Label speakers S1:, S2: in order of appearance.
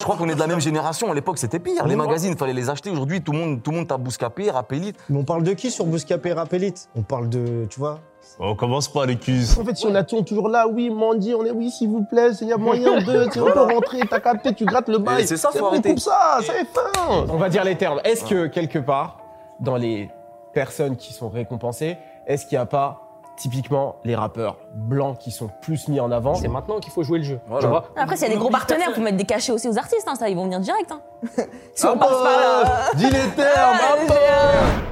S1: crois qu'on est de la même génération. À l'époque, c'était pire. Les magazines, fallait les acheter. Aujourd'hui, tout le monde, tout le monde t'a bouscapé, rappélite.
S2: Mais on parle de qui sur Bouscapé et Rappelite On parle de. Tu vois
S3: On commence pas les cuisses.
S4: En fait, si on attend toujours là, oui, Mandy, on est, oui, s'il vous plaît, il y a moyen de, tu sais, on peut rentrer, t'as capté, tu grattes le bail.
S1: c'est ça, faut
S4: bon,
S1: arrêter.
S4: coupe ça, ça est fin.
S5: On va dire les termes. Est-ce que, quelque part, dans les personnes qui sont récompensées, est-ce qu'il n'y a pas typiquement les rappeurs blancs qui sont plus mis en avant
S6: C'est maintenant qu'il faut jouer le jeu.
S1: Voilà.
S6: Tu vois
S7: Après, s'il y a des gros
S6: Oublie
S7: partenaires,
S6: personne.
S7: faut mettre des cachets aussi aux artistes, hein, ça, ils vont venir direct. Hein. si on
S4: Ah
S7: passe par là.
S4: bah, Dis les termes,
S7: Ah,
S4: hop.
S7: j'ai un-